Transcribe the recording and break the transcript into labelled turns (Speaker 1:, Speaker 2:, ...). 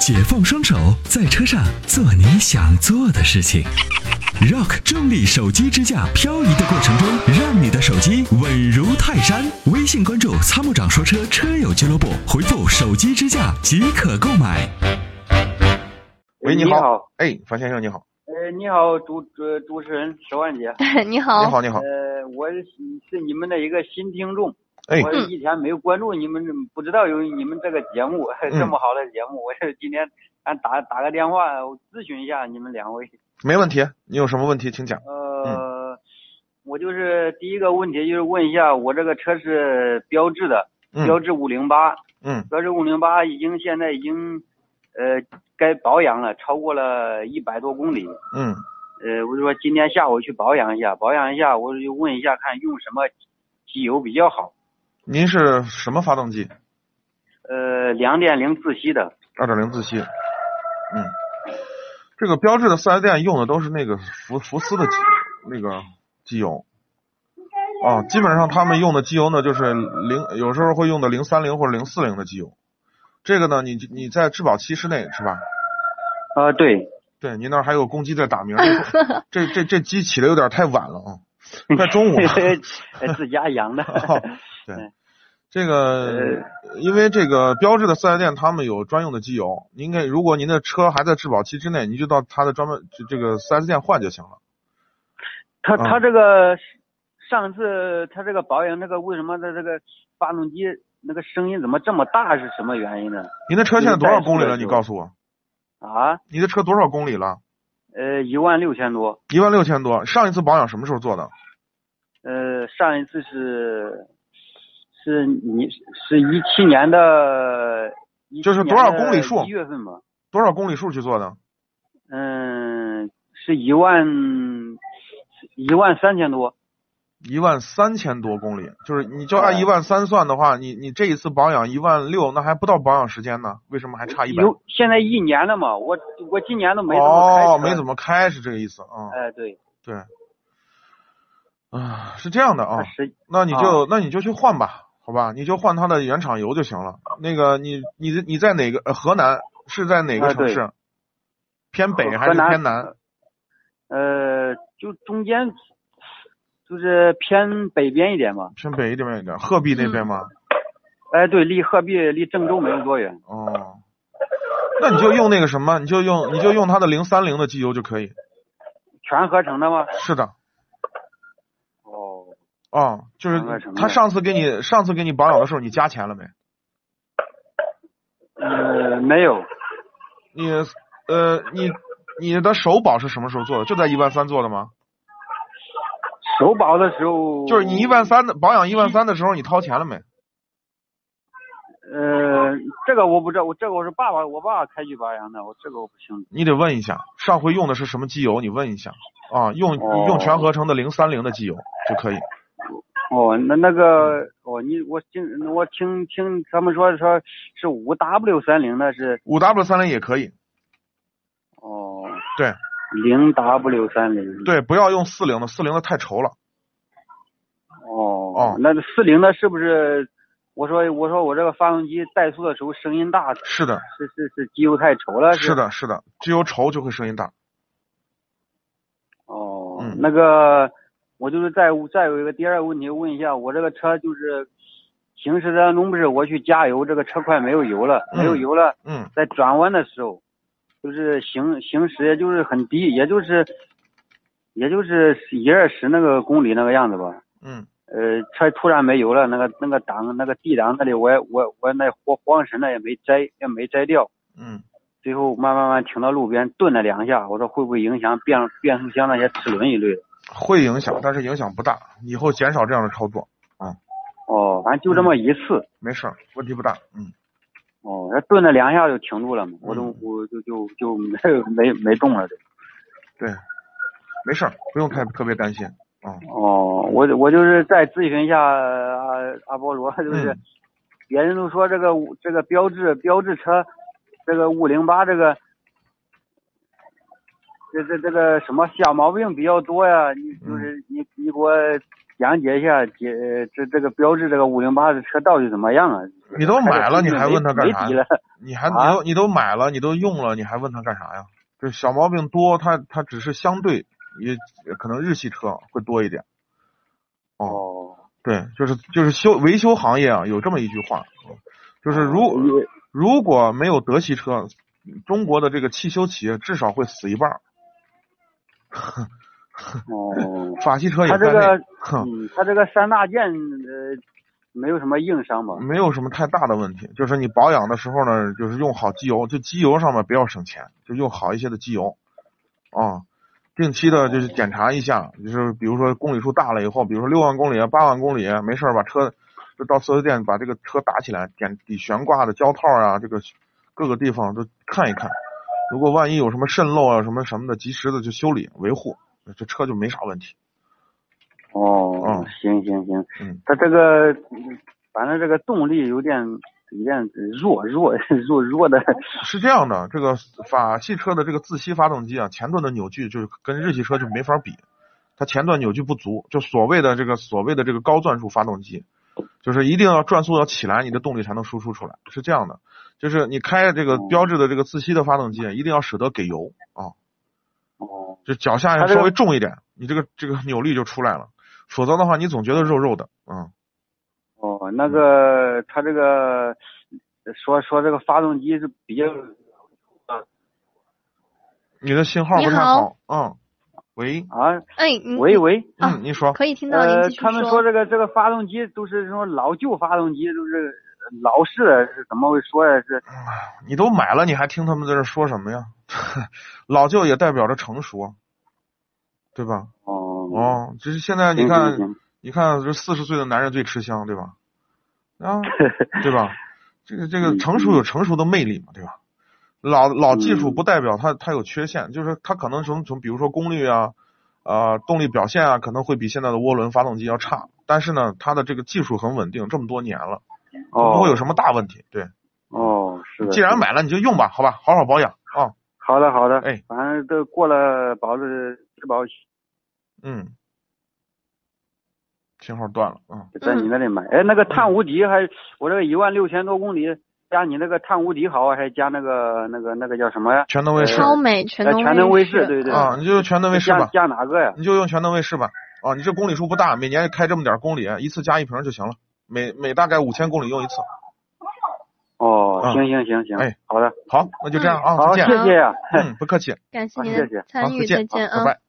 Speaker 1: 解放双手，在车上做你想做的事情。Rock 重力手机支架，漂移的过程中，让你的手机稳如泰山。微信关注“参谋长说车”车友俱乐部，回复“手机支架”即可购买。
Speaker 2: 喂，你
Speaker 3: 你
Speaker 2: 好，
Speaker 3: 好，
Speaker 2: 哎，樊先生你好，
Speaker 3: 呃，你好，主主主持人石万杰，
Speaker 4: 你好，
Speaker 2: 你好，你好，
Speaker 3: 呃，我是是你们的一个新听众，
Speaker 2: 哎，
Speaker 3: 呃我以前没有关注你们，不知道有你们这个节目，
Speaker 2: 嗯
Speaker 3: 这么好的节目， 我是今天俺打打个电话我咨询一下你们两位。
Speaker 2: 没问题，你有什么问题请讲。
Speaker 3: 呃，我就是第一个问题就是问一下，我这个车是标致的，
Speaker 2: 嗯
Speaker 3: 标致五零八，
Speaker 2: 嗯
Speaker 3: 标致五零八已经现在已经呃该保养了，超过了一百多公里。
Speaker 2: 嗯
Speaker 3: 呃，我就说今天下午去保养一下，保养一下，我就问一下看用什么机油比较好。
Speaker 2: 您是什么发动机？
Speaker 3: 呃，两点零自吸的，
Speaker 2: 二点零自吸。嗯，这个标志的四 S 店用的都是那个福福斯的机那个机油。啊，基本上他们用的机油呢，就是零，有时候会用的零三零或者零四零的机油。这个呢，你你在质保期之内是吧？
Speaker 3: 呃，对，
Speaker 2: 对，您那儿还有公鸡在打鸣儿，这这这鸡起的有点太晚了啊，快中午了。
Speaker 3: 呃自家养的，
Speaker 2: 哦
Speaker 3: 嗯
Speaker 2: 对，这个
Speaker 3: 呃
Speaker 2: 因为这个标志的四 S 店他们有专用的机油，您可以如果您的车还在质保期之内，您就到他的专门这这个四 S 店换就行了。
Speaker 3: 他
Speaker 2: 啊
Speaker 3: 他这个上次他这个保养这个为什么他这个发动机那个声音怎么这么大是什么原因呢？
Speaker 2: 您的车现在多少公里了？
Speaker 3: 嗯
Speaker 2: 你告诉我，
Speaker 3: 啊，
Speaker 2: 你的车多少公里了？
Speaker 3: 呃，一万六千多，
Speaker 2: 一万六千多。上一次保养什么时候做的？
Speaker 3: 呃，上一次是是你是一七年的，17
Speaker 2: 就是多少公里
Speaker 3: 年的
Speaker 2: 数
Speaker 3: 一月份吧。
Speaker 2: 多少公里数去做的？
Speaker 3: 嗯，是一万一万三千多。
Speaker 2: 一万三千多公里，就是你就按
Speaker 3: 哎
Speaker 2: 一万三算的话，你你这一次保养一万六，那还不到保养时间呢，为什么还啊差一百？
Speaker 3: 有现在一年了嘛，我我今年都没怎么开车。
Speaker 2: 哦，没怎。么开是这个意思啊、嗯
Speaker 3: 哎，对，
Speaker 2: 对。啊，是这样的啊
Speaker 3: 他，十
Speaker 2: 那你
Speaker 3: 嗯
Speaker 2: 就、那你就去换吧，好吧，你就换它的原厂油就行了。那个你你你在哪个、呃、河南是在哪个
Speaker 3: 啊
Speaker 2: 城
Speaker 3: 对
Speaker 2: 市？偏北还是
Speaker 3: 河南
Speaker 2: 偏南？
Speaker 3: 呃，就中间就是偏北边一点嘛。
Speaker 2: 偏北一点一点，鹤壁那
Speaker 3: 嗯
Speaker 2: 边吗？
Speaker 3: 哎，对，离鹤壁离郑州没有多远。
Speaker 2: 哦，那你就用那个什么，你就用你就用它的零三零的机油就可以。
Speaker 3: 全合成的吗？
Speaker 2: 是的，
Speaker 3: 哦，
Speaker 2: 哦，就是
Speaker 3: 明白明白
Speaker 2: 他上次给你上次给你保养的时候，你加钱了没？
Speaker 3: 呃，没有。
Speaker 2: 你呃你你的首保是什么时候做的？就在一万三做的吗？
Speaker 3: 首保的时候
Speaker 2: 就是你一万。三的保养一万三的时候，你掏钱了没？
Speaker 3: 呃，这个我不知道，我这个我是爸爸，我爸开去保养的，我这个我不清楚。
Speaker 2: 你得问一下，上回用的是什么机油？你问一下啊，用
Speaker 3: 哦
Speaker 2: 用全合成的零三零的机油就可以。
Speaker 3: 哦，那那个，哦，你我听我听听他们说说是五 W 三零的是
Speaker 2: 五 W 三零也可以，
Speaker 3: 哦
Speaker 2: 对
Speaker 3: 零 W 三零
Speaker 2: 对，不要用四零的，四零的太稠了。
Speaker 3: 哦
Speaker 2: 哦
Speaker 3: 那四零的是不是？我说我说我这个发动机怠速的时候声音大，是
Speaker 2: 是的，
Speaker 3: 是是机油太稠了，
Speaker 2: 是的，是的，机油稠就会声音大。
Speaker 3: 哦，
Speaker 2: 嗯
Speaker 3: 那个我就是再再有一个第二个问题问一下，我这个车就是行驶当中不是我去加油，这个车快没有油了，没有
Speaker 2: 嗯
Speaker 3: 油了。
Speaker 2: 嗯，
Speaker 3: 在转弯的时候，就是行行驶也就是很低，也就是也就是一二十那个公里那个样子吧。
Speaker 2: 嗯，
Speaker 3: 呃，车突然没油了，那个那个档那个 D 档那里我也我我那慌慌神了也没摘也没摘掉，
Speaker 2: 嗯，
Speaker 3: 最后慢慢慢停到路边顿了两下，我说会不会影响变变速箱那些齿轮一类的？
Speaker 2: 会影响，但是影响不大，以后减少这样的操作，
Speaker 3: 哦，反正就这么一次。
Speaker 2: 没事儿，问题不大。嗯，
Speaker 3: 哦，他顿了两下就停住了嘛，我都
Speaker 2: 嗯
Speaker 3: 我就就就没没没动了就。
Speaker 2: 对，没事儿，不用太特别担心。啊、
Speaker 3: 哦，我我就是再咨询一下阿、阿波罗，就是
Speaker 2: 嗯
Speaker 3: 别人都说这个五这个标志标志车，这个五零八这个，
Speaker 2: 嗯
Speaker 3: 这这这个什么小毛病比较多呀？你就是你你给我讲解一下解呃这这个标致这个五零八的车到底怎么样啊？
Speaker 2: 你都买了，你还问他干
Speaker 3: 没
Speaker 2: 啥
Speaker 3: 底
Speaker 2: 呀？
Speaker 3: 了，
Speaker 2: 你还你
Speaker 3: 啊
Speaker 2: 都你都买了，你都用了，你还问他干啥呀？这小毛病多，它它只是相对，也可能日系车会多一点。哦，
Speaker 3: 哦，
Speaker 2: 对，就是就是修维修行业啊，有这么一句话，嗯就是如
Speaker 3: 也
Speaker 2: 如果没有德系车，中国的这个汽修企业至少会死一半儿，
Speaker 3: 哦，
Speaker 2: 法系车也
Speaker 3: 他
Speaker 2: 在内。
Speaker 3: 这个
Speaker 2: 哼
Speaker 3: 嗯，他这个三大件呃没有什么硬伤吧？
Speaker 2: 没有什么太大的问题，就是你保养的时候呢，就是用好机油，就机油上面不要省钱，就用好一些的机油，啊、定期的就是检查一下，就是比如说公里数大了以后，比如说六万公里、啊八万公里，没事儿把车就到四 S 店把这个车打起来，点底悬挂的胶套啊，这个各个地方都看一看，如果万一有什么渗漏啊、什么什么的，及时的去修理维护，这车就没啥问题。
Speaker 3: 哦
Speaker 2: 嗯，
Speaker 3: 行行行
Speaker 2: 嗯，
Speaker 3: 他这个嗯反正这个动力有点有点弱弱 弱弱
Speaker 2: 嗯
Speaker 3: 的，
Speaker 2: 是这样的，这个法系车的这个自吸发动机啊，前段的扭矩就是跟日系车就没法比，它前段扭矩不足，就所谓的这个所谓的这个高转速发动机，就是一定要转速要起来，你的动力才能输出出来，是这样的。就是你开这个
Speaker 3: 哦
Speaker 2: 标志的这个自吸的发动机，啊一定要舍得给油啊，
Speaker 3: 哦，
Speaker 2: 就脚下
Speaker 3: 它
Speaker 2: 要
Speaker 3: 这个
Speaker 2: 稍微重一点，你这个这个扭力就出来了，否则的话你总觉得肉肉的，嗯，
Speaker 3: 哦，那个他这个说说这个发动机是比较
Speaker 2: 你的信号不
Speaker 4: 你
Speaker 2: 太
Speaker 4: 好
Speaker 2: 嗯，喂，
Speaker 3: 啊，
Speaker 4: 哎，你
Speaker 3: 喂喂，
Speaker 4: 啊
Speaker 2: 嗯，你说，
Speaker 4: 可以听到您
Speaker 3: 呃
Speaker 4: 继，续
Speaker 3: 他们说这个这个发动机都是这种老旧发动机，都是老式的，是怎么会说呀？是
Speaker 2: 你都买了，你还听他们在这说什么呀？ 老旧也代表着成熟，啊对吧？
Speaker 3: 哦
Speaker 2: 哦，就是现在你
Speaker 3: 行
Speaker 2: 看
Speaker 3: 行，行
Speaker 2: 你看这四十岁的男人最吃香，对吧？ 啊，对吧？这个这个
Speaker 3: 嗯
Speaker 2: 成熟有成熟的魅力嘛，对吧？老老技术
Speaker 3: 嗯
Speaker 2: 不代表它它有缺陷，就是它可能从从比如说功率啊、啊动力表现啊，可能会比现在的涡轮发动机要差，但是呢，它的这个技术很稳定，这么多年了，
Speaker 3: 哦，
Speaker 2: 不会有什么大问题。对，
Speaker 3: 哦，是的。
Speaker 2: 既然买了你就用吧，好吧，好好保养啊。
Speaker 3: 好的好的，
Speaker 2: 哎，
Speaker 3: 反正都过了保质质保期，
Speaker 2: 嗯，信号断了，嗯，
Speaker 3: 在你那里买。哎，那个碳无敌还，我这个一万六千多公里，加你那个碳无敌好啊，还加那个那个那个叫什么呀？
Speaker 2: 全能卫士
Speaker 4: 超美全
Speaker 3: 呃
Speaker 4: 能
Speaker 3: 全能
Speaker 4: 卫
Speaker 3: 卫
Speaker 4: 哦
Speaker 3: 士，对对。
Speaker 2: 啊，你就全能卫士
Speaker 3: 加
Speaker 2: 吧，
Speaker 3: 加哪个呀？
Speaker 2: 你就用全能卫士吧，啊，你这公里数不大，每年开这么点儿公里，一次加一瓶就行了，每每大概五千公里用一次。
Speaker 3: 哦，
Speaker 2: 嗯
Speaker 3: 行行行行，
Speaker 2: 哎，
Speaker 3: 好的，
Speaker 2: 好，那就这样啊，
Speaker 3: 好，
Speaker 2: 再
Speaker 3: 谢
Speaker 2: 见，
Speaker 3: 谢呀，
Speaker 2: 嗯，不客气，
Speaker 4: 感谢
Speaker 3: 啊
Speaker 4: 您
Speaker 3: 谢
Speaker 4: 的
Speaker 3: 谢
Speaker 2: 好，
Speaker 4: 参与，
Speaker 2: 再见，
Speaker 4: 见
Speaker 2: 啊
Speaker 4: 啊
Speaker 2: 拜。拜。